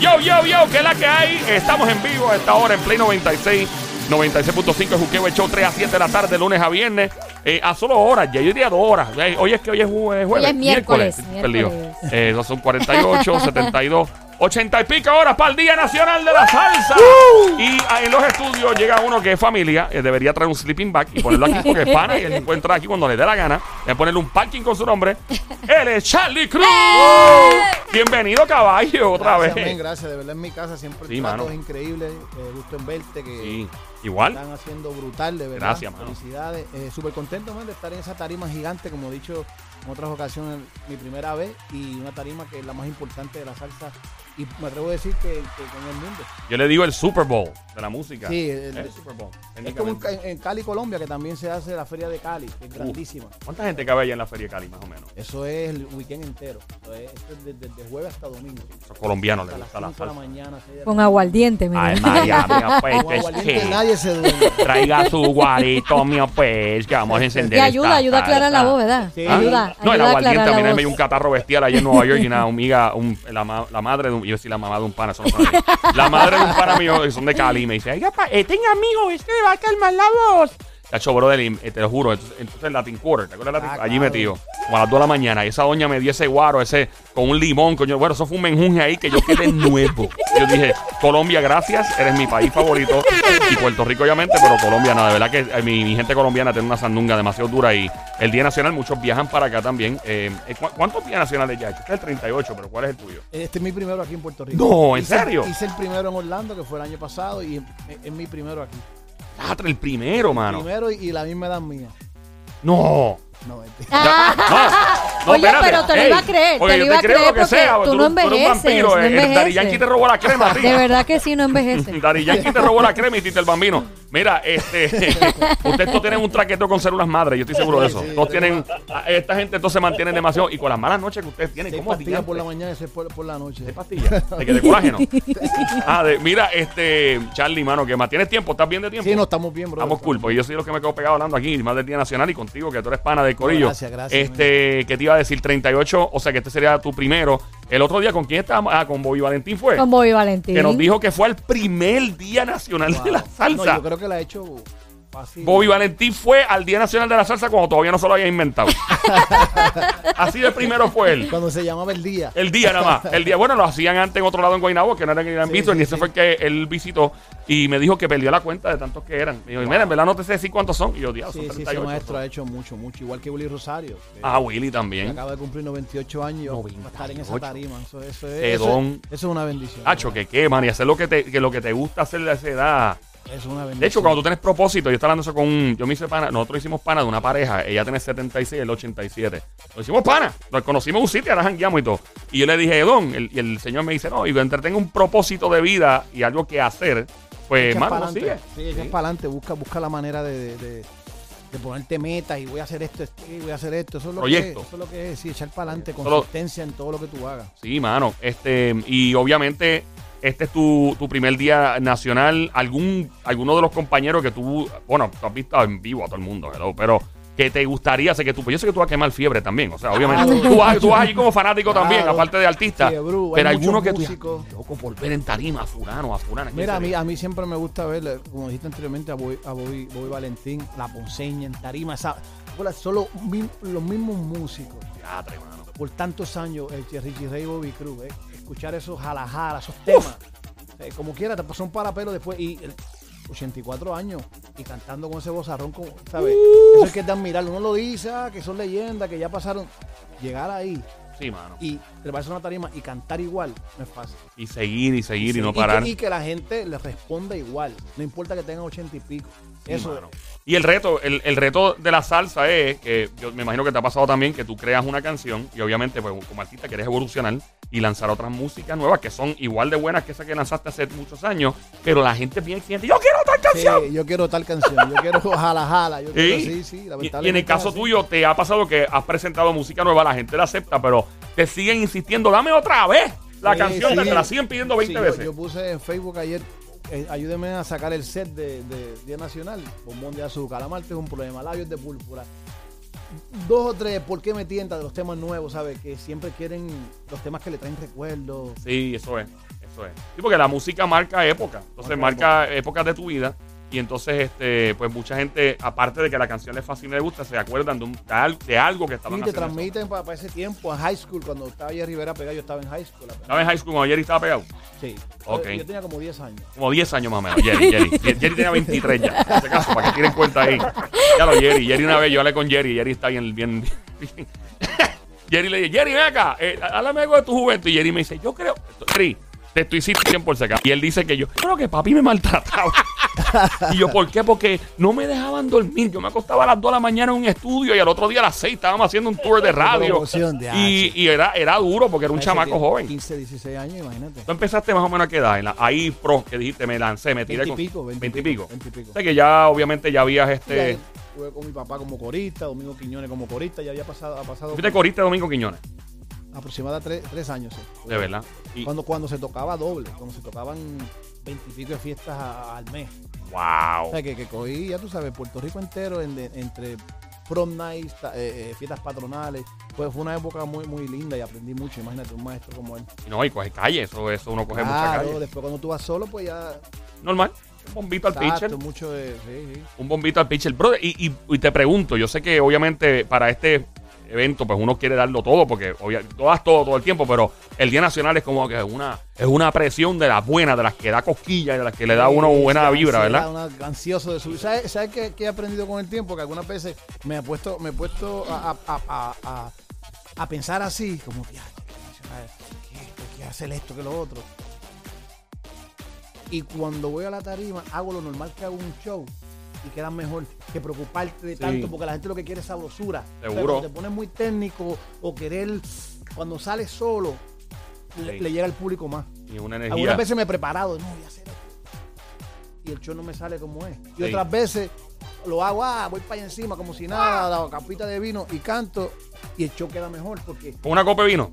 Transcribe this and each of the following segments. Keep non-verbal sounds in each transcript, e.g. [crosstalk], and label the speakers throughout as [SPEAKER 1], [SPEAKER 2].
[SPEAKER 1] Yo, yo, que es la que hay. Estamos en vivo a esta hora en Play 96. 96.5 es Juqueo, el show 3 a 7 de la tarde, lunes a viernes. Eh, a solo horas, ya yo diría dos horas. Eh, Hoy es que hoy es ju- eh, jueves.
[SPEAKER 2] Hoy es miércoles, miércoles.
[SPEAKER 1] Perdido. Eh, esos son [laughs] 48, 72, 80 y pico horas para el Día Nacional de la Salsa. Y ah, en los estudios llega uno que es familia, eh, debería traer un sleeping bag y ponerlo aquí
[SPEAKER 2] [laughs]
[SPEAKER 1] porque es pana y él encuentra aquí cuando le dé la gana. Le ponerle un parking con su
[SPEAKER 2] [laughs]
[SPEAKER 1] nombre. Él es Charlie Cruz.
[SPEAKER 2] ¡Eh!
[SPEAKER 1] Bienvenido, caballo, otra
[SPEAKER 3] gracias,
[SPEAKER 1] vez.
[SPEAKER 3] men, gracias. De verdad, en mi casa siempre
[SPEAKER 1] Sí,
[SPEAKER 3] el trato
[SPEAKER 1] mano.
[SPEAKER 3] es increíble. Eh, gusto en verte, que
[SPEAKER 1] Sí, igual.
[SPEAKER 3] están haciendo brutal, de verdad.
[SPEAKER 1] Gracias, mano.
[SPEAKER 3] Felicidades. Eh, Súper contento, man, de estar en esa tarima gigante, como he dicho en otras ocasiones, mi primera vez. Y una tarima que es la más importante de la salsa. Y me atrevo a decir que, que con el mundo.
[SPEAKER 1] Yo le digo el Super Bowl de la música.
[SPEAKER 3] Sí, el-
[SPEAKER 1] el Super Bowl.
[SPEAKER 3] Es como en,
[SPEAKER 1] técnicamente.
[SPEAKER 3] Ca- en Cali, Colombia, que también se hace la feria de Cali, que es grandísima.
[SPEAKER 1] ¿Cuánta gente cabe allá en la Feria de Cali, más o menos?
[SPEAKER 3] Eso es el weekend entero. Eso es, esto es desde, desde jueves hasta domingo.
[SPEAKER 1] Los colombianos les
[SPEAKER 3] Hasta las
[SPEAKER 1] gusta la
[SPEAKER 3] 5 de la
[SPEAKER 1] salsa.
[SPEAKER 3] mañana. seis de la
[SPEAKER 2] Con aguardiente, mira.
[SPEAKER 1] Ay, María, mía, pues,
[SPEAKER 3] [laughs] Con
[SPEAKER 1] es
[SPEAKER 3] aguardiente
[SPEAKER 1] que
[SPEAKER 3] nadie se duerme.
[SPEAKER 1] traiga su guarito mío, pues, que vamos a encender
[SPEAKER 2] y ayuda,
[SPEAKER 1] esta
[SPEAKER 2] ayuda a aclarar la
[SPEAKER 1] salsa.
[SPEAKER 2] voz, ¿verdad?
[SPEAKER 3] Sí.
[SPEAKER 1] ¿Ah?
[SPEAKER 2] Ayuda,
[SPEAKER 1] no, el
[SPEAKER 2] ayuda a
[SPEAKER 1] aguardiente
[SPEAKER 2] aclarar
[SPEAKER 1] también
[SPEAKER 2] la
[SPEAKER 1] me dio un
[SPEAKER 2] voz.
[SPEAKER 1] catarro bestial allá en Nueva York y una amiga, un- la, ma- la madre de un, yo decía la mamá de un pana, eso no
[SPEAKER 2] [laughs]
[SPEAKER 1] es para mí. la madre de un pana mío, que son de Cali, y me dice, ay, papá, eh, tenga amigo, este le va a calmar la voz. Cacho, bro, del, eh, te lo juro, entonces, entonces el Latin Quarter, ¿te acuerdas del Latin
[SPEAKER 3] Ah,
[SPEAKER 1] Allí
[SPEAKER 3] claro.
[SPEAKER 1] metido, como a las 2 de la mañana, y esa doña me dio ese guaro, ese, con un limón, coño, bueno, eso fue un menjunje ahí que yo
[SPEAKER 3] [laughs]
[SPEAKER 1] quedé nuevo. Yo dije, Colombia, gracias, eres mi país favorito, y Puerto Rico, obviamente, pero Colombia, no, de verdad que eh, mi, mi gente colombiana tiene una sandunga demasiado dura, y el Día Nacional, muchos viajan para acá también. Eh, eh, ¿cu- ¿Cuántos Días Nacionales ya? Este es el 38, pero ¿cuál es el tuyo?
[SPEAKER 3] Este es mi primero aquí en Puerto Rico.
[SPEAKER 1] No, ¿en
[SPEAKER 3] Hice-
[SPEAKER 1] serio?
[SPEAKER 3] Hice el primero en Orlando, que fue el año pasado, y es, es mi primero aquí.
[SPEAKER 1] Ah, el primero, mano.
[SPEAKER 3] Primero y, y la misma edad mía.
[SPEAKER 1] No. [laughs]
[SPEAKER 3] No, mentira.
[SPEAKER 2] [laughs] Ah,
[SPEAKER 1] No, no,
[SPEAKER 2] Oye,
[SPEAKER 1] espérate.
[SPEAKER 2] pero te lo
[SPEAKER 1] Ey,
[SPEAKER 2] iba a creer, te
[SPEAKER 1] oye,
[SPEAKER 2] lo
[SPEAKER 1] yo
[SPEAKER 2] iba a
[SPEAKER 1] creo
[SPEAKER 2] creer
[SPEAKER 1] lo que
[SPEAKER 2] porque
[SPEAKER 1] sea,
[SPEAKER 2] tú no
[SPEAKER 1] eres un
[SPEAKER 2] envejeces,
[SPEAKER 1] vampiro,
[SPEAKER 2] no
[SPEAKER 1] el- el Daddy
[SPEAKER 2] envejeces.
[SPEAKER 1] Yankee te robó la
[SPEAKER 2] [laughs]
[SPEAKER 1] crema a ti.
[SPEAKER 2] de verdad que sí,
[SPEAKER 1] [laughs]
[SPEAKER 2] no envejece.
[SPEAKER 1] Daddy Yankee te robó la crema y Tito el Bambino. Mira, este, [laughs] ustedes todos tienen un traqueto con células madres, yo estoy seguro de eso.
[SPEAKER 3] Sí, sí,
[SPEAKER 1] Todos
[SPEAKER 3] sí.
[SPEAKER 1] tienen, a- esta gente entonces se mantiene demasiado. Y con las malas noches que ustedes tienen,
[SPEAKER 3] Seis
[SPEAKER 1] ¿cómo
[SPEAKER 3] pastillas por la
[SPEAKER 1] diantres?
[SPEAKER 3] mañana y seis por, por la noche.
[SPEAKER 1] ¿Qué
[SPEAKER 3] [laughs]
[SPEAKER 1] pastillas? ¿De qué? ¿De colágeno? ah, de- mira, este, Charlie, mano, que más tienes tiempo, estás bien de tiempo.
[SPEAKER 3] Sí, no, estamos bien, bro.
[SPEAKER 1] Estamos cool, porque yo soy los que me quedo pegado hablando aquí, más del Día Nacional y contigo, que tú eres pana de Corillo.
[SPEAKER 3] gracias, gracias,
[SPEAKER 1] Este, que te iba a decir 38, o sea que este sería tu primero. El otro día, ¿con quién estábamos? Ah, con Bobby Valentín fue.
[SPEAKER 2] Con Bobby Valentín.
[SPEAKER 1] Que nos dijo que fue el primer Día Nacional de [laughs] la Salsa.
[SPEAKER 3] No, yo creo que la he hecho fácil.
[SPEAKER 1] Bobby Valentín fue al Día Nacional de la Salsa cuando todavía no se lo había
[SPEAKER 3] [laughs]
[SPEAKER 1] inventado. Así de primero fue él.
[SPEAKER 3] Cuando se llamaba el día.
[SPEAKER 1] El día nada más. El día, bueno, lo hacían antes en otro lado en Guaynabo, que no eran que eran
[SPEAKER 3] Sí,
[SPEAKER 1] visto,
[SPEAKER 3] sí,
[SPEAKER 1] y ese
[SPEAKER 3] sí.
[SPEAKER 1] fue el que él visitó y me dijo que perdió la cuenta de tantos que eran. Me dijo, mira, en verdad no te sé decir cuántos [laughs] son. Y yo, diablo,
[SPEAKER 3] Sí,
[SPEAKER 1] son
[SPEAKER 3] sí, ese
[SPEAKER 1] 38.
[SPEAKER 3] maestro
[SPEAKER 1] son".
[SPEAKER 3] ha hecho mucho, mucho. Igual que Willy Rosario. que
[SPEAKER 1] Ah, Willy también.
[SPEAKER 3] Acaba de cumplir 98 años y yo voy a estar en esa
[SPEAKER 1] 98.
[SPEAKER 3] tarima. Eso, eso es,
[SPEAKER 1] Qué
[SPEAKER 3] eso,
[SPEAKER 1] don.
[SPEAKER 3] eso es una bendición.
[SPEAKER 1] Hacho, que queman y hacer lo que te, que lo que te gusta hacer de esa edad.
[SPEAKER 3] Eso es una bendición.
[SPEAKER 1] De hecho, cuando tú tienes propósito, yo estaba hablando eso con un. Yo me hice pana, nosotros hicimos pana de una pareja, ella tiene 76, él 87. Nos hicimos pana, nos conocimos en un sitio, ahora jangueamos y todo. Y yo le dije, Don, el- y el señor me dice, no, y cuando tenga un propósito de vida y algo que hacer, pues,
[SPEAKER 3] Echas
[SPEAKER 1] mano,
[SPEAKER 3] para
[SPEAKER 1] no sigue.
[SPEAKER 3] adelante. Sí, echas
[SPEAKER 1] Sí.
[SPEAKER 3] para adelante, busca, busca la manera de, de- de- de ponerte metas y voy a hacer esto, este, y voy a hacer esto. Eso es lo
[SPEAKER 1] Proyecto.
[SPEAKER 3] que es, eso es lo que es, sí, echar para adelante,
[SPEAKER 1] Eso lo-
[SPEAKER 3] consistencia en todo lo que tú hagas.
[SPEAKER 1] Sí, mano. Este, y obviamente, este es tu, tu primer día nacional. Algún, alguno de los compañeros que tú, bueno, tú has visto en vivo a todo el mundo, hello, pero que te gustaría, sé que tú, pues yo sé que tú vas a quemar fiebre también, o sea, obviamente.
[SPEAKER 3] Claro.
[SPEAKER 1] Tú, vas, tú vas allí como fanático
[SPEAKER 3] Claro.
[SPEAKER 1] también, aparte de artista.
[SPEAKER 3] Fiebrú, hay
[SPEAKER 1] pero alguno
[SPEAKER 3] muchos
[SPEAKER 1] que tú digas,
[SPEAKER 3] músicos.
[SPEAKER 1] loco, volver en tarima, a fulano, a fulana. ¿quién
[SPEAKER 3] Mira, a mí,
[SPEAKER 1] sería?
[SPEAKER 3] a mí siempre me gusta ver, eh, como dijiste anteriormente, a Bobby, a Bobby- Bobby Valentín, la ponceña en tarima, esa, hola, solo mi- los mismos músicos
[SPEAKER 1] Teatro, hermano.
[SPEAKER 3] por tantos años, el Che- Richie Ray, Bobby Cruz, eh, escuchar esos jalajara, esos temas, eh, como quiera, te pasó un parapelo después y eh, el 84 años y cantando con ese vozarrón, como, ¿sabes? Eso es que es de admirar, uno lo dice, ah, que son leyendas, que ya pasaron, llegar ahí
[SPEAKER 1] Sí, mano.
[SPEAKER 3] y treparse a una tarima y cantar igual, no es fácil.
[SPEAKER 1] Y seguir y seguir y no
[SPEAKER 3] que-
[SPEAKER 1] parar.
[SPEAKER 3] Y que, la gente le responda igual. No importa que tengan ochenta y pico.
[SPEAKER 1] Sí,
[SPEAKER 3] Eso.
[SPEAKER 1] mano. Y el reto, el, el reto de la salsa es que yo me imagino que te ha pasado también que tú creas una canción y obviamente pues, como artista quieres evolucionar y lanzar otras músicas nuevas que son igual de buenas que esas que lanzaste hace muchos años, pero la gente es bien exigente. Yo quiero otra
[SPEAKER 3] Sí,
[SPEAKER 1] canción.
[SPEAKER 3] yo quiero tal canción. Yo quiero [laughs] jala jala. Yo quiero,
[SPEAKER 1] Sí.
[SPEAKER 3] sí, sí,
[SPEAKER 1] Y- y,
[SPEAKER 3] lamentablemente
[SPEAKER 1] en el
[SPEAKER 3] es
[SPEAKER 1] caso
[SPEAKER 3] así.
[SPEAKER 1] tuyo te ha pasado que has presentado música nueva, la gente la acepta, pero te siguen insistiendo, dame otra vez la
[SPEAKER 3] Sí,
[SPEAKER 1] canción, te-
[SPEAKER 3] sí.
[SPEAKER 1] te la siguen pidiendo 20
[SPEAKER 3] Sí, yo-
[SPEAKER 1] veces.
[SPEAKER 3] Yo, puse en Facebook ayer. eh, ayúdeme a sacar el set de, de Día Nacional. Bombón de azúcar. La Marte es un problema. Labios de púrpura. dos o tres por qué me tienta de los temas nuevos, ¿sabes? Que siempre quieren los temas que le traen recuerdos.
[SPEAKER 1] Sí, eso es. Eso es. Sí, porque la música marca época. Entonces
[SPEAKER 3] Marca
[SPEAKER 1] marca épocas de tu vida. Y entonces, este, pues mucha gente, aparte de que la canción les fascina y les gusta, se acuerdan de, un- de al- de algo que estaban
[SPEAKER 3] Sí, te
[SPEAKER 1] haciendo.
[SPEAKER 3] transmiten para, ese tiempo a high school. Cuando estaba Jerry Rivera pegado, yo estaba en high school. apenas.
[SPEAKER 1] ¿Sabes high school cuando Jerry estaba pegado?
[SPEAKER 3] Sí.
[SPEAKER 1] Ah, Ok.
[SPEAKER 3] Yo tenía como 10 años.
[SPEAKER 1] Como 10 años más o menos, Jerry, Jerry. Jerry tenía 23 ya, por si acaso, para que tiren cuenta ahí. Ya lo, Jerry, Jerry una vez, yo hablé con Jerry, Jerry está bien, bien, bien. [laughs] Jerry le dije, Jerry, ven acá, eh, háblame algo de tu juventud. Y Jerry me dice, yo creo, Jerry, te estoy bien por si acaso. Y él dice que yo creo que papi me maltrataba. [laughs] Y yo, ¿por qué? Porque no me dejaban dormir. Yo me acostaba a las 2 de la mañana en un estudio y al otro día a las 6 estábamos haciendo un tour de radio.
[SPEAKER 4] promoción de
[SPEAKER 1] Y, y era, era duro porque era un
[SPEAKER 3] Ese
[SPEAKER 1] chamaco
[SPEAKER 3] tiempo,
[SPEAKER 1] joven.
[SPEAKER 3] 15, 16 años, imagínate.
[SPEAKER 1] Tú empezaste más o menos a qué edad, en la ahí pro que dijiste, me lancé, me tiré
[SPEAKER 3] 20 y
[SPEAKER 1] con
[SPEAKER 3] pico, 20 y
[SPEAKER 1] 20 y pico.
[SPEAKER 3] pico, 20 y pico.
[SPEAKER 1] O sea que ya obviamente ya habías este,
[SPEAKER 3] Ya Estuve con mi papá como corista, Domingo Quiñones como corista, ya había pasado, ha pasado
[SPEAKER 1] fuiste corista de Domingo Quiñones,
[SPEAKER 3] aproximadamente 3 años. sí.
[SPEAKER 1] de verdad. Y
[SPEAKER 3] Cuando, cuando se tocaba doble, cuando se tocaban 20 y pico de fiestas a- al mes. O
[SPEAKER 1] wow.
[SPEAKER 3] sea, que, que cogí, ya tú sabes, Puerto Rico entero en de- entre prom nights, ta- eh, eh, fiestas patronales. Pues fue una época muy, muy linda y aprendí mucho. Imagínate un maestro como él.
[SPEAKER 1] Y no, y coge calle, eso, eso uno coge mucha
[SPEAKER 3] Claro,
[SPEAKER 1] calle.
[SPEAKER 3] después cuando tú vas solo, pues ya.
[SPEAKER 1] Normal, un bombito al
[SPEAKER 3] exacto,
[SPEAKER 1] pitcher,
[SPEAKER 3] mucho de. Sí, sí.
[SPEAKER 1] un bombito al pitcher. Brother, y, y- y te pregunto, yo sé que obviamente para este evento pues uno quiere darlo todo porque obvia- lo das todo todo el tiempo pero el día nacional es como que una es una presión de las buenas de las que da cosquillas de las que le da uno
[SPEAKER 3] Sí,
[SPEAKER 1] buena
[SPEAKER 3] sí,
[SPEAKER 1] vibra
[SPEAKER 3] sí,
[SPEAKER 1] verdad
[SPEAKER 3] era una- ansioso de subir. ¿Sabes, sabes qué, qué he aprendido con el tiempo? Que algunas veces me he puesto, me he puesto a, a- a- a- a- a pensar así, como, "Ya, ¿qué, qué, qué hacer esto, que lo otro? Y cuando voy a la tarima, hago lo normal que hago en un show y queda mejor que preocuparte de
[SPEAKER 1] Sí.
[SPEAKER 3] tanto porque la gente lo que quiere es sabrosura. O sea,
[SPEAKER 1] Seguro.
[SPEAKER 3] cuando te pones muy técnico o querer, cuando sales solo, le-
[SPEAKER 1] Sí.
[SPEAKER 3] le llega al público más.
[SPEAKER 1] y una energía
[SPEAKER 3] Algunas veces me he preparado, no voy a hacer esto. Y el show no me sale como es. Y
[SPEAKER 1] Sí.
[SPEAKER 3] otras veces lo hago, ah, voy para allá encima como si nada, la capita de vino y canto y el show queda mejor porque
[SPEAKER 1] con una copa de vino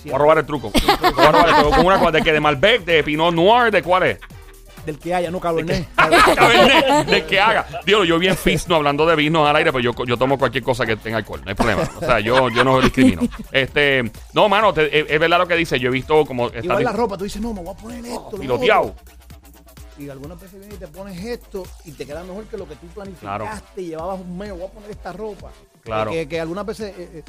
[SPEAKER 3] si-
[SPEAKER 1] Voy a robar el truco. Voy a robar el truco. Con una cosa de que de Malbec, de Pinot Noir, de cuál [laughs] es.
[SPEAKER 3] del que haya,
[SPEAKER 1] [laughs]
[SPEAKER 3] no cabernet.
[SPEAKER 1] Cabernet, de que haga. Dios, yo bien no hablando de vinos al aire, pero yo, yo tomo cualquier cosa que tenga alcohol, no hay problema. O sea, yo, yo no discrimino. Este, no, mano, te- es, es verdad lo que dice. Yo he visto como está
[SPEAKER 3] Igual la
[SPEAKER 1] di-
[SPEAKER 3] ropa, tú dices, no, me voy a poner esto. lo
[SPEAKER 1] piloteado.
[SPEAKER 3] otro. Y algunas veces vienes y te pones esto y te queda mejor que lo que tú planificaste
[SPEAKER 1] Claro.
[SPEAKER 3] y llevabas un mes, voy a poner esta ropa.
[SPEAKER 1] Claro.
[SPEAKER 3] Que, que algunas veces, eh, eh,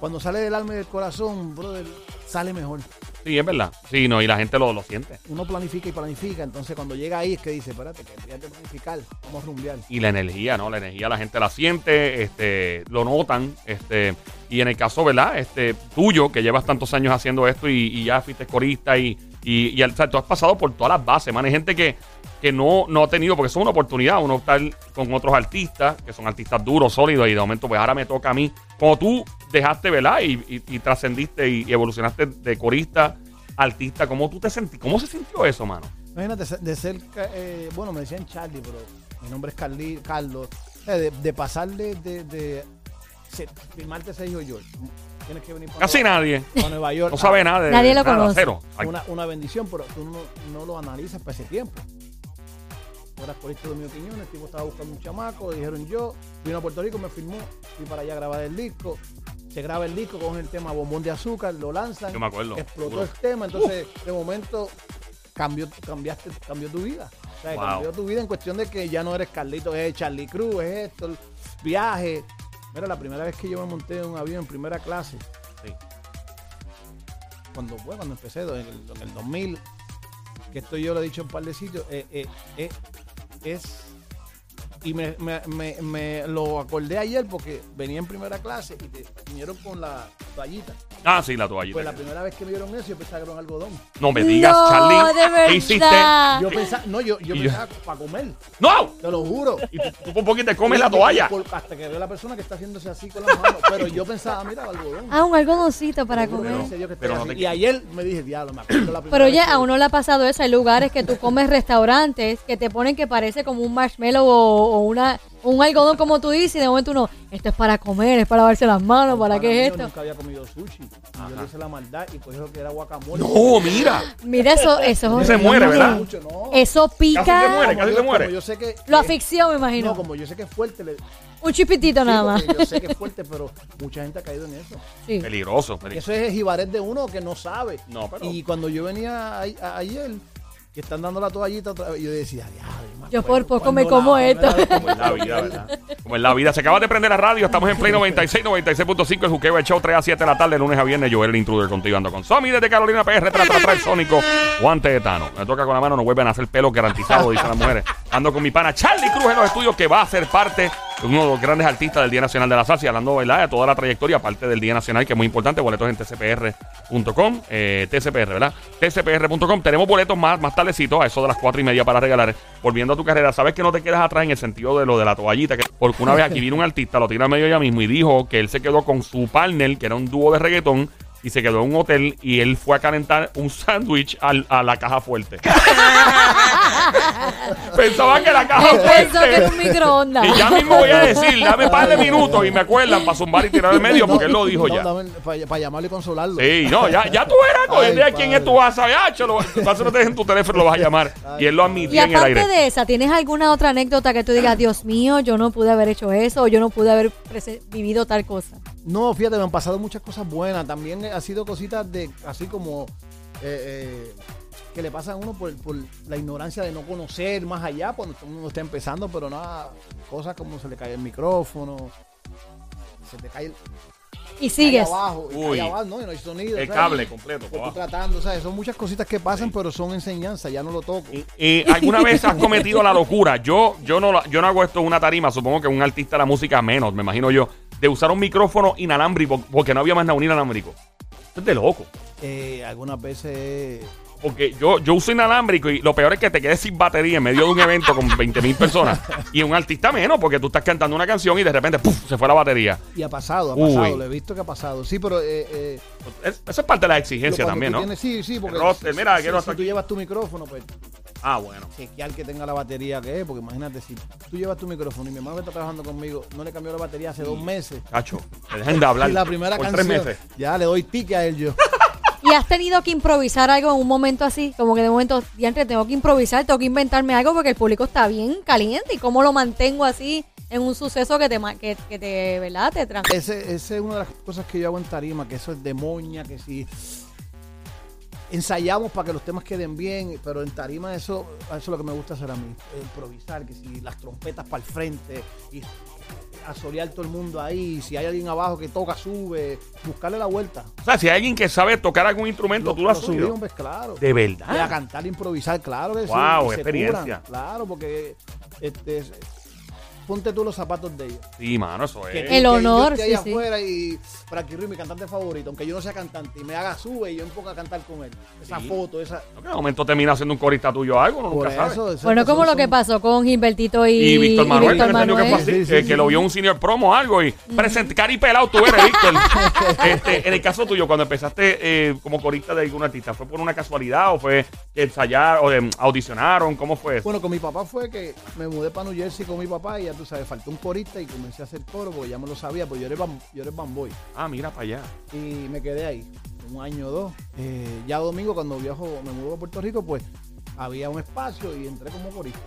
[SPEAKER 3] cuando sale del alma y del corazón, brother, sale mejor.
[SPEAKER 1] Sí, es verdad. Sí, no, y la gente lo, lo siente.
[SPEAKER 3] uno planifica y planifica, entonces cuando llega ahí es que dice, espérate, que ya te planificar, vamos a rumbear.
[SPEAKER 1] y la energía, ¿no? La energía la gente la siente, este, lo notan, este, y en el caso, ¿verdad? Este, tuyo, que llevas tantos años haciendo esto y, y ya fuiste corista y, y, y, o sea, tú has pasado por todas las bases, man. Hay gente que, que no, no ha tenido, porque eso es una oportunidad, uno estar con otros artistas, que son artistas duros, sólidos, y de momento, pues ahora me toca a mí. Como tú dejaste, ¿verdad? Y, y- y trascendiste y, y evolucionaste de corista a artista, ¿cómo tú te sentí? ¿Cómo se sintió eso, mano?
[SPEAKER 3] Imagínate, se- de ser, ca- eh, bueno, me decían Charlie, pero mi nombre es Carli, Carlos, Eh, de, de pasarle de, de se- firmarte Sergio George, tienes que venir para,
[SPEAKER 1] Casi
[SPEAKER 3] Nueva,
[SPEAKER 1] nadie.
[SPEAKER 3] para Nueva York.
[SPEAKER 1] No sabe nada de
[SPEAKER 2] Nadie lo
[SPEAKER 1] nada,
[SPEAKER 2] conoce.
[SPEAKER 1] cero.
[SPEAKER 3] Ah, Una, una bendición, pero tú no, no lo analizas para ese tiempo. Tú eras corista de mi opinión, el tipo estaba buscando un chamaco, le dijeron yo, vino a Puerto Rico, me firmó, fui para allá a grabar el disco. Se graba el disco con el tema Bombón de Azúcar, lo lanzan.
[SPEAKER 1] Yo me acuerdo,
[SPEAKER 3] Explotó
[SPEAKER 1] seguro.
[SPEAKER 3] el tema, entonces de momento cambió, cambiaste, cambió tu vida. O sea,
[SPEAKER 1] Wow.
[SPEAKER 3] cambió tu vida en cuestión de que ya no eres Carlito, es Charlie Cruz, es esto, el viaje. Mira, la primera vez que yo me monté en un avión en primera clase,
[SPEAKER 1] Sí.
[SPEAKER 3] cuando fue, cuando empecé, en el, en el 2000, que esto yo lo he dicho en un par de sitios, eh, eh, eh, es... Y me, me- me- me lo acordé ayer porque venía en primera clase y te vinieron con la toallita.
[SPEAKER 1] Ah, sí, la toallita.
[SPEAKER 3] Pues la primera vez que me dieron eso yo pensaba que era un algodón.
[SPEAKER 1] No me digas,
[SPEAKER 2] No,
[SPEAKER 1] Charlie.
[SPEAKER 2] de
[SPEAKER 1] ¿Qué hiciste?
[SPEAKER 2] verdad.
[SPEAKER 3] Yo pensaba, no, yo, yo
[SPEAKER 1] Y yo-
[SPEAKER 3] pensaba para comer,
[SPEAKER 1] ¡No!
[SPEAKER 3] te lo juro.
[SPEAKER 1] Y tú, tú por un poquito te comes la toalla.
[SPEAKER 3] Por- hasta que veo a la persona que está haciéndose así con las manos. Pero yo pensaba, mira, algodón.
[SPEAKER 2] Ah, un algodoncito para
[SPEAKER 3] Seguro que
[SPEAKER 2] comer.
[SPEAKER 3] dice Dios que
[SPEAKER 1] Pero
[SPEAKER 3] estoy
[SPEAKER 1] no
[SPEAKER 3] así.
[SPEAKER 1] te-
[SPEAKER 3] Y ayer me dije, diablo, me acuerdo la primera
[SPEAKER 2] Pero
[SPEAKER 3] vez
[SPEAKER 2] ya
[SPEAKER 3] que-
[SPEAKER 2] a uno le ha pasado eso. Hay lugares que tú comes restaurantes que te ponen que parece como un marshmallow o, o una, un algodón, como tú dices, y de momento uno, esto es para comer, es para lavarse las manos, ¿para
[SPEAKER 3] Para
[SPEAKER 2] qué es
[SPEAKER 3] mí, yo
[SPEAKER 2] esto?
[SPEAKER 3] nunca había comido sushi. Y yo
[SPEAKER 1] Ajá.
[SPEAKER 3] le hice la maldad y cogí lo que era guacamole.
[SPEAKER 1] No, mira.
[SPEAKER 2] Mira, eso, eso es
[SPEAKER 1] Se
[SPEAKER 2] horrible.
[SPEAKER 1] muere, ¿verdad?
[SPEAKER 3] Mucho, no.
[SPEAKER 2] Eso
[SPEAKER 1] Casi se
[SPEAKER 2] pica.
[SPEAKER 1] muere.
[SPEAKER 3] Como yo-
[SPEAKER 1] se muere.
[SPEAKER 3] como Yo sé que,
[SPEAKER 2] Lo
[SPEAKER 3] eh,
[SPEAKER 2] asfixió, me imagino.
[SPEAKER 3] No, como yo sé que es fuerte. Le,
[SPEAKER 2] Un chipitito
[SPEAKER 3] Sí,
[SPEAKER 2] nada más.
[SPEAKER 3] porque Yo sé que es fuerte, pero mucha gente ha caído en eso.
[SPEAKER 2] Sí.
[SPEAKER 1] Peligroso. peli-
[SPEAKER 3] Eso es el jibarez de uno que no sabe.
[SPEAKER 1] No, pero-
[SPEAKER 3] Y cuando yo venía a- a- ayer, que están dando la toallita otra vez, yo decía, "Diablo, me
[SPEAKER 2] Yo
[SPEAKER 3] acuerdo
[SPEAKER 2] por poco me
[SPEAKER 3] cuando
[SPEAKER 2] como
[SPEAKER 3] la-
[SPEAKER 2] esto".
[SPEAKER 3] me la-
[SPEAKER 1] Como en la vida, ¿verdad? Como en la vida. Se acaba de prender la radio. Estamos en Play 96, 96.5. El Juqueo el Show, 3 a 7 de la tarde, lunes a viernes. Joel, el intruder, contigo ando con Somi desde Carolina PR. Tra, tra, tra, el sónico. Guante de Tano. Me toca con la mano, no vuelven a hacer pelo garantizado, dicen las mujeres. Ando con mi pana Charlie Cruz en los estudios, que va a ser parte de uno de los grandes artistas del Día Nacional de la Salsa. Y hablando, ¿verdad? De toda la trayectoria, aparte del Día Nacional, que es muy importante. Boletos en tcpr.com. eh, tcpr, ¿verdad? tcpr.com. Tenemos boletos más, más tardecito, a eso de las cuatro y media para regalar. Volviendo a tu carrera, sabes que no te quedas atrás en el sentido de lo de la toallita, que- porque una vez aquí vino un artista, lo tiró a medio ya mismo y dijo que él se quedó con su partner, que era un dúo de reggaetón, y se quedó en un hotel y él fue a calentar un sándwich al- a la caja fuerte. [laughs] Pensaba que la caja
[SPEAKER 2] Él pensó que
[SPEAKER 1] fuerte.
[SPEAKER 2] era un microondas.
[SPEAKER 1] Y Ah, ya mismo voy a decir, dame un par de minutos y me acuerdan para zumbar y tirar al medio, porque él lo dijo
[SPEAKER 3] [laughs] No,
[SPEAKER 1] ya.
[SPEAKER 3] dame- Para, para llamarlo y consolarlo.
[SPEAKER 1] Sí, no, ya, ya tú verás con
[SPEAKER 3] Ay,
[SPEAKER 1] el día quién es
[SPEAKER 3] padre.
[SPEAKER 1] tu asa, ya, ah, cholo, vas a tener en tu teléfono, lo vas a llamar.
[SPEAKER 3] Ay,
[SPEAKER 1] Y él lo
[SPEAKER 2] Y
[SPEAKER 1] admitió en el aire.
[SPEAKER 2] aparte de esa, ¿tienes alguna otra anécdota que tú digas, Dios mío, yo no pude haber hecho eso o yo no pude haber prese- vivido tal cosa?
[SPEAKER 3] No, fíjate, me han pasado muchas cosas buenas. También eh, ha sido cositas de, así como, eh, eh, que le pasan a uno por, por la ignorancia de no conocer más allá, cuando uno está empezando, pero nada, cosas como se le cae el micrófono, se te cae el
[SPEAKER 2] Y sigues.
[SPEAKER 3] cae abajo, y
[SPEAKER 1] Uy.
[SPEAKER 3] cae abajo, no, y no hay sonido.
[SPEAKER 1] El
[SPEAKER 3] ¿sabes?
[SPEAKER 1] cable completo.
[SPEAKER 3] Que
[SPEAKER 1] por
[SPEAKER 3] tú
[SPEAKER 1] abajo.
[SPEAKER 3] tratando, ¿sabes? Son muchas cositas que pasan, pero son enseñanzas, ya no lo toco.
[SPEAKER 1] Eh, ¿Alguna vez has cometido la locura? Yo, yo, no, la- yo no hago esto en una tarima, supongo que un artista de la música menos, me imagino yo, de usar un micrófono inalámbrico porque no había más nada un inalámbrico. Esto es de loco.
[SPEAKER 3] Eh, algunas veces
[SPEAKER 1] Porque yo, yo uso inalámbrico y lo peor es que te quedes sin batería en medio de un evento con 20 mil personas y un artista menos porque tú estás cantando una canción y de repente ¡puf! se fue la batería.
[SPEAKER 3] Y ha pasado, ha pasado,
[SPEAKER 1] Uy.
[SPEAKER 3] lo he visto que ha pasado. Sí, pero. Eh, eh,
[SPEAKER 1] Es- eso es parte de la
[SPEAKER 3] lo-
[SPEAKER 1] exigencia
[SPEAKER 3] cuando
[SPEAKER 1] también,
[SPEAKER 3] tú
[SPEAKER 1] ¿no?
[SPEAKER 3] tienes- sí, sí, porque.
[SPEAKER 1] El roster,
[SPEAKER 3] si-
[SPEAKER 1] mira,
[SPEAKER 3] si,
[SPEAKER 1] quiero
[SPEAKER 3] si
[SPEAKER 1] hasta
[SPEAKER 3] tú
[SPEAKER 1] aquí.
[SPEAKER 3] llevas tu micrófono, pues
[SPEAKER 1] Ah, bueno.
[SPEAKER 3] chequear que tenga la batería que es, porque imagínate si tú llevas tu micrófono y mi hermano que está trabajando conmigo no le cambió la batería hace dos meses.
[SPEAKER 1] Cacho, te dejan de hablar.
[SPEAKER 3] y [laughs] la primera
[SPEAKER 1] por
[SPEAKER 3] canción.
[SPEAKER 1] tres meses.
[SPEAKER 3] Ya le doy tique a él yo.
[SPEAKER 2] ¿Y has tenido que improvisar algo en un momento así? Como que de momento, diantre, tengo que improvisar, tengo que inventarme algo porque el público está bien caliente. ¿Y cómo lo mantengo así en un suceso que te, ma- que, que te ¿verdad? Te tran-
[SPEAKER 3] Ese, ese es una de las cosas que yo hago en tarima, que eso es de moña, que si ensayamos para que los temas queden bien, pero en tarima eso, eso es lo que me gusta hacer a mí, eh, improvisar, que si las trompetas para el frente y asolear todo el mundo ahí, si hay alguien abajo que toca, sube, buscarle la vuelta.
[SPEAKER 1] O sea, si hay alguien que sabe tocar algún instrumento, tú lo has subido.
[SPEAKER 3] subimos, claro.
[SPEAKER 1] De
[SPEAKER 3] Y a
[SPEAKER 1] verdad.
[SPEAKER 3] cantar, improvisar, claro que sí.
[SPEAKER 1] Wow,
[SPEAKER 3] y se
[SPEAKER 1] experiencia.
[SPEAKER 3] curan, claro, porque este, es- ponte tú los zapatos de ellos.
[SPEAKER 1] Sí, mano, eso
[SPEAKER 3] Que-
[SPEAKER 1] es.
[SPEAKER 3] que
[SPEAKER 2] El
[SPEAKER 3] yo
[SPEAKER 2] honor,
[SPEAKER 3] esté
[SPEAKER 2] sí,
[SPEAKER 3] allá
[SPEAKER 2] sí.
[SPEAKER 3] afuera y Frankie Ruiz, mi cantante favorito, aunque yo no sea cantante, y me haga sube y yo me ponga a cantar con él. Esa
[SPEAKER 1] Sí.
[SPEAKER 3] foto, esa.
[SPEAKER 1] No, que de momento termina siendo un corista tuyo o algo, uno
[SPEAKER 3] Por
[SPEAKER 1] nunca sabe.
[SPEAKER 3] eso, eso-
[SPEAKER 2] Bueno,
[SPEAKER 3] eso
[SPEAKER 2] como lo
[SPEAKER 3] son-
[SPEAKER 2] que pasó con Gilbertito y,
[SPEAKER 1] Y Víctor Manuel, que me enseñó que fue así,
[SPEAKER 3] Manuel. Sí, sí,
[SPEAKER 1] que,
[SPEAKER 3] sí,
[SPEAKER 1] que lo
[SPEAKER 3] sí.
[SPEAKER 1] vio un senior promo o algo y present- cari pelado tú eres,
[SPEAKER 3] [laughs]
[SPEAKER 1] Víctor. Este, en el caso tuyo, cuando empezaste eh, como corista de algún artista, ¿fue por una casualidad o fue que ensayaron o em, audicionaron? ¿Cómo fue eso?
[SPEAKER 3] Bueno, con mi papá fue que me mudé para New Jersey con mi papá y ya tú sabes, faltó un corista y comencé a hacer coro porque ya me lo sabía, porque yo era, bam- yo era bamboy.
[SPEAKER 1] Ah, mira para allá.
[SPEAKER 3] y me quedé ahí un año o dos. Eh, ya domingo cuando viajo, me mudo a Puerto Rico, pues había un espacio y entré como corista.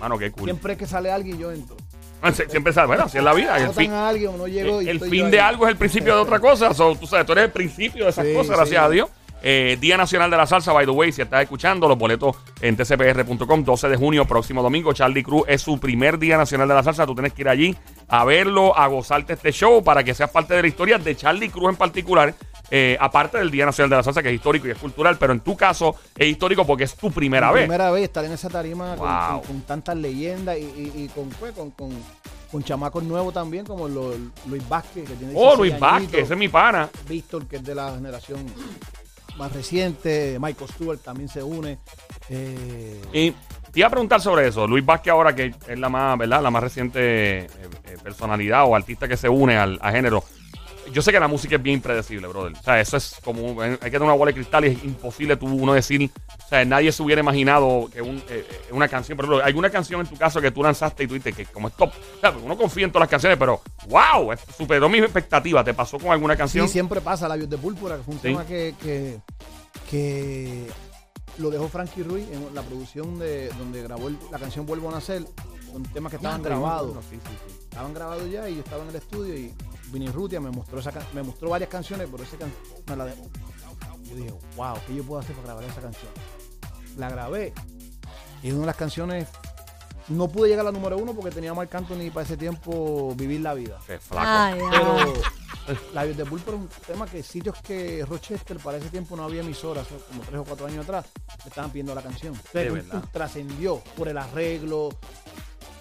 [SPEAKER 1] Mano, qué cool. [laughs]
[SPEAKER 3] Siempre que sale alguien yo entro.
[SPEAKER 1] Ah, se- Siempre sabes, bueno, así es la vida. Ah, El
[SPEAKER 3] Votan
[SPEAKER 1] fin,
[SPEAKER 3] a alguien, uno llegó y
[SPEAKER 1] Eh, el
[SPEAKER 3] estoy yo
[SPEAKER 1] fin de
[SPEAKER 3] ahí.
[SPEAKER 1] algo es el principio de otra cosa. So, tú sabes, tú eres el principio de esas
[SPEAKER 3] Sí,
[SPEAKER 1] cosas,
[SPEAKER 3] sí.
[SPEAKER 1] gracias a Dios. Eh, Día Nacional de la Salsa, by the way, si estás escuchando, los boletos en tcpr.com, 12 de junio, próximo domingo. Charlie Cruz es su primer Día Nacional de la Salsa. Tú tienes que ir allí a verlo, a gozarte este show para que seas parte de la historia de Charlie Cruz en particular. eh, aparte del Día Nacional de la Salsa, que es histórico y es cultural, pero en tu caso es histórico porque es tu primera
[SPEAKER 3] Mi
[SPEAKER 1] vez.
[SPEAKER 3] Primera vez estar en esa tarima con-
[SPEAKER 1] Wow.
[SPEAKER 3] con, con tantas leyendas y, y- y con, pues, con, con, con chamacos nuevos también, como lo- Luis Vázquez, que tiene
[SPEAKER 1] Oh,
[SPEAKER 3] 16
[SPEAKER 1] Luis Vázquez,
[SPEAKER 3] añitos,
[SPEAKER 1] ese es mi pana.
[SPEAKER 3] Víctor, que es de la generación más reciente, Michael Stewart también se une. Eh,
[SPEAKER 1] Y te iba a preguntar sobre eso. Luis Vázquez ahora que es la más, ¿verdad? La más reciente eh, eh, personalidad o artista que se une al a género. Yo sé que la música es bien impredecible, brother. O sea, eso es como. un- eh, Hay que tener una bola de cristal y es imposible tú uno decir. O sea, nadie se hubiera imaginado que un, eh, eh, una canción. Por ejemplo, alguna canción en tu caso que tú lanzaste y tú dices que como es top. O sea, uno confía en todas las canciones, pero ¡wow! es- Superó mis expectativas. ¿Te pasó con alguna canción?
[SPEAKER 3] Sí, siempre pasa, Labios de Púrpura, que fue un
[SPEAKER 1] Sí.
[SPEAKER 3] tema que, que, que lo dejó Frankie Ruiz en la producción de donde grabó el- la canción Vuelvo a Nacer, un tema que
[SPEAKER 1] Ah,
[SPEAKER 3] estaban grabados,
[SPEAKER 1] Sí, sí, sí.
[SPEAKER 3] estaban grabados ya y yo estaba en el estudio y Vinny Rutia me mostró esa can- me mostró varias canciones, pero esa canción me la dejó. Yo dije, wow, ¿qué yo puedo hacer para grabar esa canción? La grabé y es una de las canciones, no pude llegar a la número uno porque tenía Marc Anthony para ese tiempo Vivir la Vida.
[SPEAKER 1] Qué flaco.
[SPEAKER 2] Ay, ay.
[SPEAKER 3] Pero
[SPEAKER 1] Ah.
[SPEAKER 3] [laughs] Labios de Púrpura es un tema que sitios que Rochester para ese tiempo no había emisoras, o como tres o cuatro años atrás, le estaban pidiendo la canción.
[SPEAKER 1] De
[SPEAKER 3] Pero
[SPEAKER 1] verdad.
[SPEAKER 3] trascendió por el arreglo,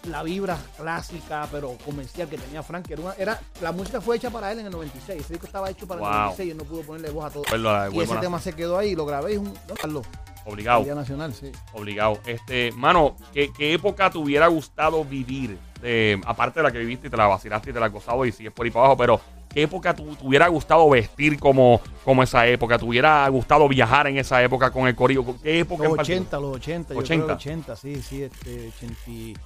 [SPEAKER 3] la vibra clásica, pero comercial que tenía Frank. que Era una- era, la música fue hecha para él en el 96. Ese disco estaba hecho para
[SPEAKER 1] Wow.
[SPEAKER 3] el 96 y él no pudo ponerle voz a todo.
[SPEAKER 1] Pues lo de
[SPEAKER 3] Y
[SPEAKER 1] Huevo
[SPEAKER 3] ese
[SPEAKER 1] Nacional.
[SPEAKER 3] tema se quedó ahí, lo grabé y es un no, Carlos,
[SPEAKER 1] Obligado.
[SPEAKER 3] Día Nacional, sí.
[SPEAKER 1] Obligado. Este, mano, ¿qué, qué época te hubiera gustado vivir? Eh, aparte de la que viviste y te la vacilaste y te la has gozado y sigues por ahí para abajo, pero ¿qué época tu- te hubiera gustado vestir como, como esa época? ¿Te hubiera gustado viajar en esa época con el corillo? ¿Qué época
[SPEAKER 3] Los
[SPEAKER 1] en particular?
[SPEAKER 3] 80, los 80, yo creo que
[SPEAKER 1] 80.
[SPEAKER 3] 80, sí, sí, este, 80, y-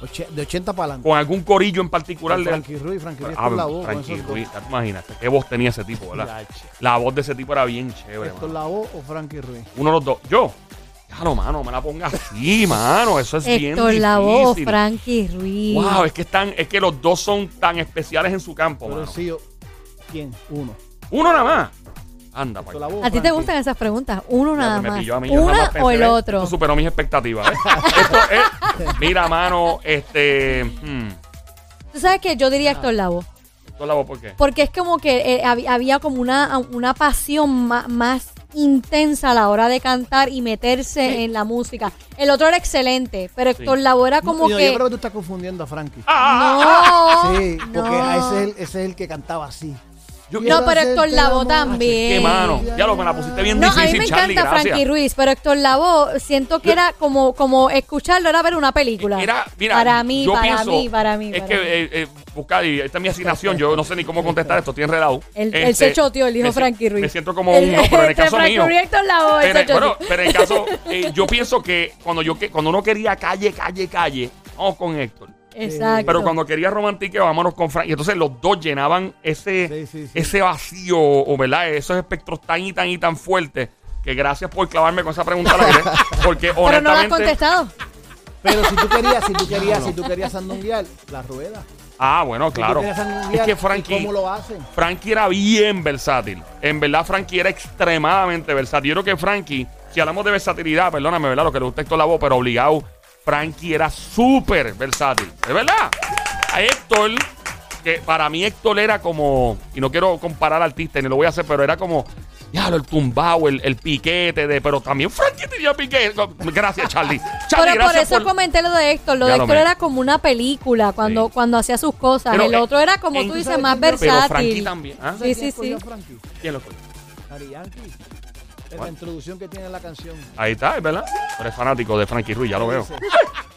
[SPEAKER 3] oche- de 80 para adelante.
[SPEAKER 1] ¿Con algún corillo en particular? de-
[SPEAKER 3] Frankie Ruiz, Frankie Ruiz
[SPEAKER 1] Ah,
[SPEAKER 3] con la voz, con
[SPEAKER 1] Frankie
[SPEAKER 3] esos dos.
[SPEAKER 1] Ruiz, ya te imaginas, qué voz tenía ese tipo, ¿verdad?
[SPEAKER 3] Ya, che.
[SPEAKER 1] La voz de ese tipo era bien chévere,
[SPEAKER 3] ¿Esto es
[SPEAKER 1] mano.
[SPEAKER 3] la voz o Frankie Ruiz?
[SPEAKER 1] Uno de los dos. ¿Yo? Claro, mano, me la ponga así, mano. Eso es bien
[SPEAKER 2] Héctor
[SPEAKER 1] difícil.
[SPEAKER 2] Lavoe, Frankie Ruiz.
[SPEAKER 1] Wow, es que están, es que los dos son tan especiales en su campo,
[SPEAKER 3] Pero
[SPEAKER 1] mano.
[SPEAKER 3] sí, yo- ¿quién? Uno.
[SPEAKER 1] Uno nada más. Anda,
[SPEAKER 3] Esto es
[SPEAKER 1] para
[SPEAKER 3] la
[SPEAKER 1] allá.
[SPEAKER 3] voz,
[SPEAKER 2] ¿A ti te
[SPEAKER 3] Frankie.
[SPEAKER 2] gustan esas preguntas? Uno nada
[SPEAKER 1] pues me
[SPEAKER 2] más.
[SPEAKER 1] pilló a mí, yo nada
[SPEAKER 2] Una
[SPEAKER 1] más pensé,
[SPEAKER 2] o el
[SPEAKER 1] ¿ves?
[SPEAKER 2] otro.
[SPEAKER 1] Esto superó mis expectativas.
[SPEAKER 2] [laughs]
[SPEAKER 1] ¿ves? Esto es- mira, mano, este. hmm,
[SPEAKER 2] Tú sabes que yo
[SPEAKER 1] Ah.
[SPEAKER 2] diría Héctor Lavoe.
[SPEAKER 1] esto la voz, ¿por qué?
[SPEAKER 2] Porque es como que eh, hab- había como una, una pasión ma- más intensa a la hora de cantar y meterse en la música. El otro era excelente, pero Héctor Lavoe era como
[SPEAKER 3] No,
[SPEAKER 2] que...
[SPEAKER 3] Yo creo que tú estás confundiendo a Frankie.
[SPEAKER 1] Ah.
[SPEAKER 2] No,
[SPEAKER 3] sí, porque
[SPEAKER 2] no.
[SPEAKER 3] ese es, el, ese es el que cantaba así.
[SPEAKER 1] Yo-
[SPEAKER 2] No, pero Héctor Lavoe
[SPEAKER 3] Lavo
[SPEAKER 2] también.
[SPEAKER 1] Qué mano. Ya lo me la pusiste bien
[SPEAKER 2] No, a mí
[SPEAKER 1] difícil,
[SPEAKER 2] me
[SPEAKER 1] Charlie,
[SPEAKER 2] encanta
[SPEAKER 1] gracias.
[SPEAKER 2] Frankie Ruiz, pero Héctor Lavoe siento que era como, como escucharlo, era ver una película.
[SPEAKER 1] Era, Eh, mira,
[SPEAKER 2] para mí,
[SPEAKER 1] yo
[SPEAKER 2] para
[SPEAKER 1] pienso-
[SPEAKER 2] mí, para mí.
[SPEAKER 1] Es
[SPEAKER 2] para
[SPEAKER 1] que
[SPEAKER 2] mí.
[SPEAKER 1] eh, eh, buscar, y esta es mi asignación, yo no sé ni cómo contestar esto, estoy enredado.
[SPEAKER 2] Él- él
[SPEAKER 1] Este,
[SPEAKER 2] se choteó, el hijo
[SPEAKER 1] me si-
[SPEAKER 2] Frankie Ruiz.
[SPEAKER 1] Me siento como un no,
[SPEAKER 2] [laughs]
[SPEAKER 1] pero en el
[SPEAKER 2] Entre
[SPEAKER 1] caso
[SPEAKER 2] Frankie
[SPEAKER 1] mío.
[SPEAKER 2] Ruiz y Héctor Lavoe, él se
[SPEAKER 1] Pero, bueno,
[SPEAKER 2] choteó.
[SPEAKER 1] pero en caso, eh, yo pienso que cuando yo que cuando uno quería calle, calle, calle, vamos con Héctor.
[SPEAKER 2] Exacto.
[SPEAKER 1] Pero cuando quería romantique, vámonos con Frank. Y entonces los dos llenaban ese,
[SPEAKER 3] Sí, sí, sí.
[SPEAKER 1] ese vacío, o verdad, esos espectros tan y tan y tan fuertes. Que gracias por clavarme con esa pregunta al aire, Porque
[SPEAKER 2] [laughs] Pero no lo has
[SPEAKER 1] honestamente.
[SPEAKER 2] contestado.
[SPEAKER 3] Pero si tú querías,
[SPEAKER 1] [laughs]
[SPEAKER 3] si tú querías, si tú querías sandunguear, la rueda.
[SPEAKER 1] ah, bueno,
[SPEAKER 3] Si tú
[SPEAKER 1] claro.
[SPEAKER 3] querías sandunguear,
[SPEAKER 1] Es que
[SPEAKER 3] ¿y
[SPEAKER 1] Frankie.
[SPEAKER 3] ¿Cómo lo hacen?
[SPEAKER 1] Frankie era bien versátil. En verdad, Frankie era extremadamente versátil. Yo creo que Frankie, si hablamos de versatilidad, perdóname, ¿verdad? Lo que le gusta a Héctor la voz, pero obligado, Frankie era súper versátil. Es verdad. A Héctor, que para mí Héctor era como, y no quiero comparar artistas, ni lo voy a hacer, pero era como, ya, el tumbao, el, el piquete, de, pero también Frankie tenía piquete. Gracias, Charlie. Charlie,
[SPEAKER 2] [laughs] Pero por
[SPEAKER 1] gracias
[SPEAKER 2] eso comenté lo de Héctor. Lo
[SPEAKER 1] Ya
[SPEAKER 2] de
[SPEAKER 1] lo
[SPEAKER 2] Héctor
[SPEAKER 1] me-
[SPEAKER 2] era como una película cuando,
[SPEAKER 1] Sí.
[SPEAKER 2] cuando hacía sus cosas.
[SPEAKER 1] Pero,
[SPEAKER 2] el
[SPEAKER 1] eh,
[SPEAKER 2] otro era, como
[SPEAKER 1] en-
[SPEAKER 2] tú
[SPEAKER 1] tú
[SPEAKER 2] dices,
[SPEAKER 3] sabes
[SPEAKER 2] más
[SPEAKER 3] quién yo-
[SPEAKER 1] Pero Frankie
[SPEAKER 2] versátil.
[SPEAKER 1] también. ¿ah?
[SPEAKER 2] Sí, sí,
[SPEAKER 3] escogió
[SPEAKER 2] sí.
[SPEAKER 3] Frankie?
[SPEAKER 1] ¿Quién lo escogió?
[SPEAKER 3] Daddy Yankee. Es
[SPEAKER 1] Bueno.
[SPEAKER 3] la introducción que tiene la canción.
[SPEAKER 1] Ahí está, es verdad. Eres fanático de Frankie Ruiz, ya lo veo.
[SPEAKER 3] Ese,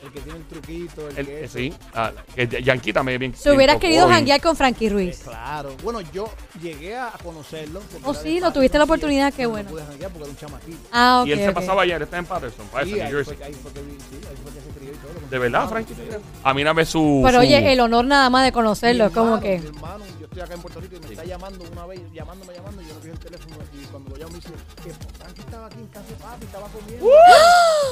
[SPEAKER 3] El que tiene el truquito, el,
[SPEAKER 1] El-
[SPEAKER 3] que
[SPEAKER 1] eh,
[SPEAKER 3] es.
[SPEAKER 1] sí, ah, el de- Yankee también es bien.
[SPEAKER 2] Se hubieras
[SPEAKER 1] bien
[SPEAKER 2] querido
[SPEAKER 1] cocó, bien-
[SPEAKER 2] janguear con Frankie Ruiz.
[SPEAKER 3] Claro. Bueno, yo llegué a conocerlo. porque
[SPEAKER 2] Oh,
[SPEAKER 3] era
[SPEAKER 2] sí, lo
[SPEAKER 3] de Patterson,
[SPEAKER 2] tuviste la
[SPEAKER 3] sí,
[SPEAKER 2] oportunidad,
[SPEAKER 3] yo
[SPEAKER 2] qué
[SPEAKER 3] no
[SPEAKER 2] bueno.
[SPEAKER 3] pude janguear porque era un chamaquito.
[SPEAKER 2] Ah, ok.
[SPEAKER 1] y él se
[SPEAKER 2] ok.
[SPEAKER 1] pasaba ayer, está en Patterson,
[SPEAKER 3] Sí,
[SPEAKER 1] Patterson,
[SPEAKER 3] ahí
[SPEAKER 1] Ah, New
[SPEAKER 3] fue-
[SPEAKER 1] Jersey. Ah,
[SPEAKER 3] ahí fue que vi- sí, ahí fue que se crió y todo.
[SPEAKER 1] De verdad, Frankie. mira. A mí no me su.
[SPEAKER 2] Pero
[SPEAKER 1] su-
[SPEAKER 2] oye, el honor nada más de
[SPEAKER 3] Mi
[SPEAKER 2] conocerlo, es como
[SPEAKER 3] hermano,
[SPEAKER 2] que.
[SPEAKER 3] mi hermano, yo estoy acá en Puerto Rico y me está llamando una vez, llamándome, llamando, y yo no pido el teléfono. Y cuando lo llamo, me dice que Frankie estaba aquí en casa de papi, estaba comiendo.
[SPEAKER 2] ¡Uh!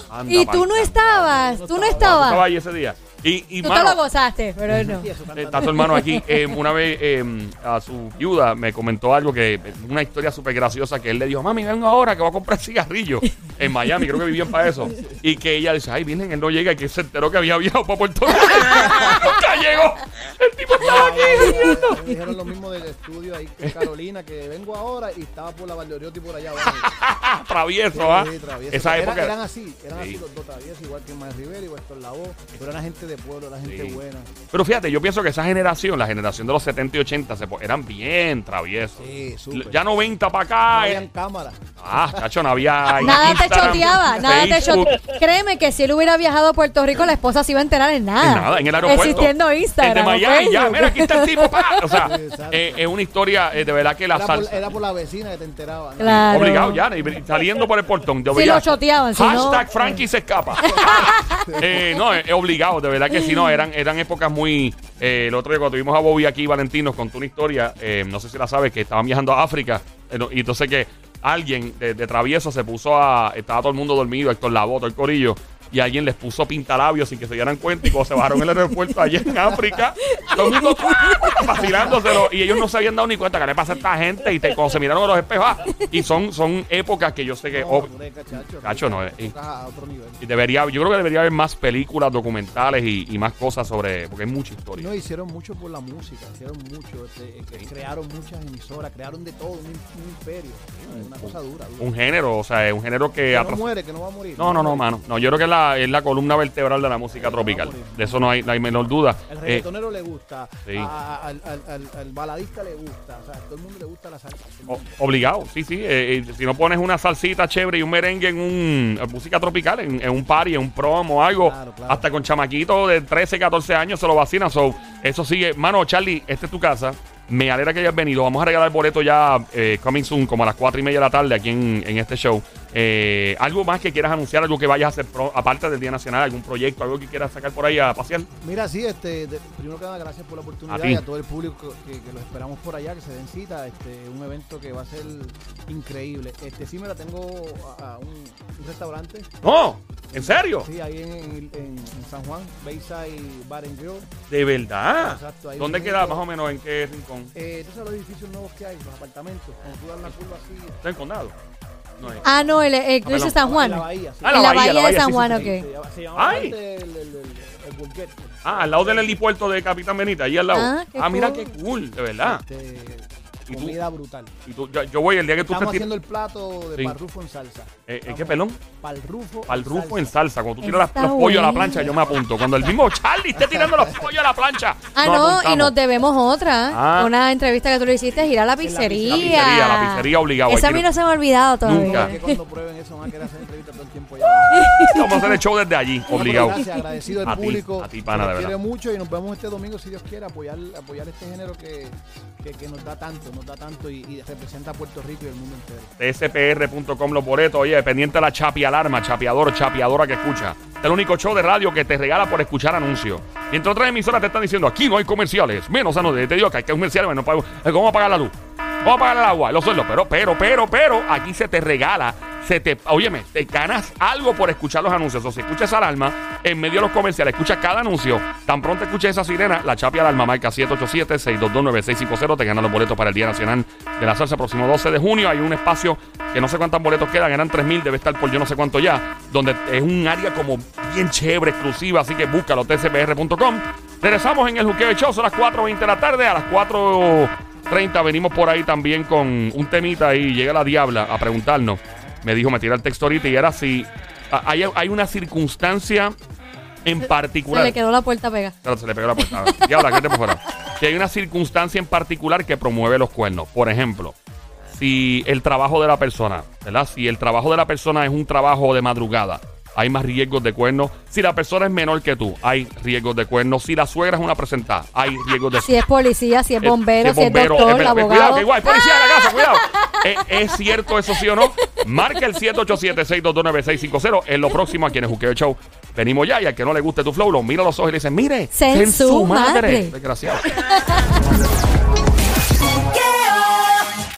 [SPEAKER 1] Anda,
[SPEAKER 2] Y
[SPEAKER 1] pa'l
[SPEAKER 2] tú no
[SPEAKER 1] can-
[SPEAKER 2] estabas, tú no
[SPEAKER 1] Tú estabas
[SPEAKER 2] estabas.
[SPEAKER 1] ahí ese día. Y, y
[SPEAKER 2] Tú te
[SPEAKER 1] mano,
[SPEAKER 2] lo gozaste, pero él no.
[SPEAKER 3] Y eso
[SPEAKER 1] eh,
[SPEAKER 3] cantando.
[SPEAKER 1] está tu hermano aquí. eh, una vez eh, a su viuda me comentó algo que. eh, Una historia súper graciosa que él le dijo: Mami, vengo ahora que voy a comprar cigarrillos en Miami. Creo que vivían para
[SPEAKER 2] [laughs]
[SPEAKER 1] eso. Y que ella dice: Ay, vienen, él no llega. Y que se enteró que había viajado para Puerto
[SPEAKER 2] [laughs]
[SPEAKER 1] Rico. [laughs] Nunca llegó. El tipo estaba aquí.
[SPEAKER 3] Ay, ay, ay, Me dijeron lo mismo del estudio ahí con Carolina, que vengo ahora y estaba por la Valdoriotti por allá abajo.
[SPEAKER 1] Ah,
[SPEAKER 3] Sí,
[SPEAKER 1] travieso, ¿ah?
[SPEAKER 3] travieso.
[SPEAKER 1] Esa
[SPEAKER 3] Eran-
[SPEAKER 1] época.
[SPEAKER 3] Eran así, eran
[SPEAKER 1] Sí.
[SPEAKER 3] así los dos traviesos, igual que Más Rivera y Héctor Lavoe. Pero eran gente de pueblo, era gente
[SPEAKER 1] Sí.
[SPEAKER 3] buena.
[SPEAKER 1] Pero fíjate, yo pienso que esa generación, la generación de los 70 y 80, se po- eran bien traviesos.
[SPEAKER 3] Sí, súper.
[SPEAKER 1] ya 90 para
[SPEAKER 3] No
[SPEAKER 1] acá. eh.
[SPEAKER 3] habían cámaras.
[SPEAKER 1] Ah, chacho, no
[SPEAKER 3] [laughs]
[SPEAKER 1] había
[SPEAKER 2] Nada te
[SPEAKER 1] Instagram,
[SPEAKER 2] choteaba, nada te
[SPEAKER 1] Facebook,
[SPEAKER 2] choteaba. Créeme que si él hubiera viajado a Puerto Rico, la esposa se iba a enterar en nada.
[SPEAKER 1] En nada, en el aeropuerto.
[SPEAKER 2] Existiendo Instagram.
[SPEAKER 1] El de
[SPEAKER 2] o
[SPEAKER 1] Miami, ya,
[SPEAKER 2] Facebook.
[SPEAKER 1] mira, aquí está el tipo. pa. O sea,
[SPEAKER 3] Sí, [laughs] exacto.
[SPEAKER 1] eh, es una historia eh, de verdad que la
[SPEAKER 3] Era por,
[SPEAKER 1] salsa.
[SPEAKER 3] era por la vecina que te enteraba. ¿no?
[SPEAKER 2] Claro.
[SPEAKER 1] Obligado ya, y saliendo por el portón. de
[SPEAKER 2] Sí,
[SPEAKER 1] obligado.
[SPEAKER 2] lo choteaban, si no-
[SPEAKER 1] Hashtag Frankie se escapa. Eh, no, es obligado, de verdad que sí, no, eran, eran épocas muy... eh, el otro día cuando tuvimos a Bobby aquí, Valentín nos contó una historia, eh, no sé si la sabes, que estaban viajando a África, eh, no, y entonces que alguien de, de travieso se puso a... Estaba todo el mundo dormido, Héctor Lavoe, todo el corillo, y alguien les puso pintalabios sin que se dieran cuenta, y cuando se bajaron en el aeropuerto allá en África, todo el mundo vacilándoselo, y ellos no se habían dado ni cuenta que le pasa a esta gente, y te, cuando se miraron a los espejos, ah, y son, son épocas que yo sé que... oh,
[SPEAKER 3] No,
[SPEAKER 1] ob-
[SPEAKER 3] tú eres cachacho,
[SPEAKER 1] Cacho, no,
[SPEAKER 3] tú
[SPEAKER 1] eh, eh.
[SPEAKER 3] tocas a otro nivel.
[SPEAKER 1] y debería, yo creo que debería haber más películas, documentales y, y más cosas sobre. Porque hay mucha historia.
[SPEAKER 3] No, hicieron mucho por la música, hicieron mucho, este, eh, que crearon muchas emisoras, crearon de todo, un, un imperio. Es Una cosa dura. dura.
[SPEAKER 1] Un género, o sea, es un género que.
[SPEAKER 3] Que no
[SPEAKER 1] atrasó-
[SPEAKER 3] muere, que no va a morir.
[SPEAKER 1] no, no, no, mano. No, yo creo que es la, es la columna vertebral de la música tropical. De eso no hay, no hay menor duda.
[SPEAKER 3] Al
[SPEAKER 1] Eh,
[SPEAKER 3] reggaetonero le gusta,
[SPEAKER 1] sí.
[SPEAKER 3] a- a- al, al- al- al baladista le gusta, o sea, a todo el mundo le gusta la salsa. todo el
[SPEAKER 1] o-
[SPEAKER 3] mundo.
[SPEAKER 1] obligado, sí, sí. eh, eh, si no pones una salsita chévere y un merengue en un en música tropical, en, en un party, en un prom o algo,
[SPEAKER 3] Claro, claro.
[SPEAKER 1] hasta con chamaquitos de 13, 14 años se lo vacinan. So, eso sigue. Mano, Charlie, esta es tu casa. Me alegra que hayas venido. Vamos a regalar boleto ya eh, coming soon, como a las 4 y media de la tarde aquí en, en este show. Eh, ¿Algo más que quieras anunciar? ¿Algo que vayas a hacer pro- aparte del Día Nacional? ¿Algún proyecto? ¿Algo que quieras sacar por ahí a pasear?
[SPEAKER 3] Mira, sí, este, de- primero que nada, gracias por la oportunidad
[SPEAKER 1] A ti.
[SPEAKER 3] y a todo el público que, que los esperamos por allá, que se den cita. Este, un evento que va a ser increíble. Este, sí, me la tengo a, a un, un restaurante,
[SPEAKER 1] ¡No! ¿En serio?
[SPEAKER 3] sí, ahí en, en- en San Juan, Bayside Bar and Grill.
[SPEAKER 1] ¿De verdad?
[SPEAKER 3] Exacto, ahí
[SPEAKER 1] ¿Dónde
[SPEAKER 3] mismo.
[SPEAKER 1] queda más o menos? ¿En qué rincón?
[SPEAKER 3] Eh, ¿Tú sabes los edificios nuevos que hay? Los apartamentos. Cuando tú das la curva así.
[SPEAKER 1] ¿Está en Condado? No es.
[SPEAKER 2] Ah, no, el, el tú dices San Juan.
[SPEAKER 3] En la bahía. sí.
[SPEAKER 1] Ah,
[SPEAKER 2] en
[SPEAKER 1] bahía,
[SPEAKER 2] la bahía,
[SPEAKER 1] la bahía,
[SPEAKER 2] de San
[SPEAKER 1] sí,
[SPEAKER 2] Juan,
[SPEAKER 1] sí,
[SPEAKER 2] ok.
[SPEAKER 3] Se llama- Se llama
[SPEAKER 1] ¡Ay!
[SPEAKER 3] antes el, el, el, el Burguet.
[SPEAKER 1] Ah, al lado del helipuerto de Capitán Benita, ahí al lado. Ah,
[SPEAKER 2] Ah, qué
[SPEAKER 1] mira
[SPEAKER 2] cool.
[SPEAKER 1] qué cool, de verdad.
[SPEAKER 3] Este,
[SPEAKER 1] ¿Y tú?
[SPEAKER 3] comida brutal.
[SPEAKER 1] Y tú- yo, yo voy el día que tú
[SPEAKER 3] Estamos
[SPEAKER 1] te tiras-
[SPEAKER 3] haciendo el plato de
[SPEAKER 1] Sí.
[SPEAKER 3] parrufo en salsa.
[SPEAKER 1] Eh, eh, ¿Qué pelón?
[SPEAKER 3] Palrufo.
[SPEAKER 1] Al rufo en salsa. Cuando tú tiras
[SPEAKER 2] Está
[SPEAKER 1] las- los pollos a la
[SPEAKER 2] bueno.
[SPEAKER 1] plancha, yo me apunto. Cuando el mismo Charlie esté tirando los pollos a la plancha. nos
[SPEAKER 2] Ah, no, y
[SPEAKER 1] apuntamos.
[SPEAKER 2] nos debemos otra.
[SPEAKER 1] Ah.
[SPEAKER 2] Una entrevista que tú le hiciste, ir a la
[SPEAKER 3] la
[SPEAKER 2] pizzería.
[SPEAKER 1] La pizzería, la pizzería obligado.
[SPEAKER 2] Esa a
[SPEAKER 1] hay que
[SPEAKER 2] mí
[SPEAKER 1] ir.
[SPEAKER 2] no se me ha olvidado todavía.
[SPEAKER 1] Nunca.
[SPEAKER 3] Que cuando prueben eso van a querer hacer entrevistas todo el
[SPEAKER 1] [laughs]
[SPEAKER 3] tiempo ya.
[SPEAKER 1] Vamos a hacer
[SPEAKER 2] [laughs]
[SPEAKER 1] el show desde allí, obligado.
[SPEAKER 3] Gracias, agradecido al
[SPEAKER 1] A ti,
[SPEAKER 3] público.
[SPEAKER 1] a ti, pana,
[SPEAKER 3] Se
[SPEAKER 1] de
[SPEAKER 3] les quiere
[SPEAKER 1] verdad.
[SPEAKER 3] mucho y nos vemos este domingo si Dios quiere apoyar, apoyar este género que, que, que nos da tanto, nos da tanto y, y representa a Puerto Rico y el mundo entero.
[SPEAKER 1] tspr.com los boletos. Oye, pendiente a la chapi alarma, chapeador, chapeadora que escucha. Este Es el único show de radio que te regala por escuchar anuncios. Y entre otras emisoras te están diciendo, aquí no hay comerciales. Menos, a no, te digo que hay que comerciales, bueno, pago- eh, ¿cómo pagar la luz? ¿Cómo pagar el agua? Los sueldos. Pero, pero, pero, pero, aquí se te regala, se te, óyeme, te ganas algo por escuchar los anuncios. O si escuchas alarma, en medio de los comerciales, escucha cada anuncio. Tan pronto escuches esa sirena, la chapi alarma marca 787-622-9650. Te ganan los boletos para el Día Nacional de la Salsa, próximo 12 de junio. Hay un espacio que no sé cuántos boletos quedan, eran 3.000, debe estar por yo no sé cuánto ya, donde es un área como bien chévere, exclusiva, así que búscalo, tcpr.com. Regresamos en el Juqueo de Show, son las 4.20 de la tarde, a las 4.30 venimos por ahí también con un temita y llega la diabla a preguntarnos. Me dijo, me tira el texto ahorita y era si ah, hay, hay una circunstancia en
[SPEAKER 2] Se
[SPEAKER 1] particular.
[SPEAKER 2] le quedó la puerta pega.
[SPEAKER 1] Claro, se le pegó la portada. Y ahora, ¿qué te fuera? Que hay una circunstancia en particular que promueve los cuernos. Por ejemplo, si el trabajo de la persona, ¿verdad? Si el trabajo de la persona es un trabajo de madrugada, hay más riesgos de cuernos. Si la persona es menor que tú, hay riesgos de cuernos. Si la suegra es una presentada, hay riesgos de
[SPEAKER 2] Si es policía, si es
[SPEAKER 1] eh,
[SPEAKER 2] bombero, si es,
[SPEAKER 1] bombero,
[SPEAKER 2] doctor,
[SPEAKER 1] espera, espera,
[SPEAKER 2] abogado.
[SPEAKER 1] Cuidado, que igual, policía de la casa,
[SPEAKER 2] [laughs]
[SPEAKER 1] cuidado. Eh, ¿Es cierto eso sí o no? Marca el 787-622-9650. En lo próximo, a quienes Juqueo Show. Venimos ya y al que no le guste tu flow, lo mira a los ojos y le dice, mire,
[SPEAKER 2] Sen
[SPEAKER 1] sen
[SPEAKER 2] su madre.
[SPEAKER 1] Desgraciado.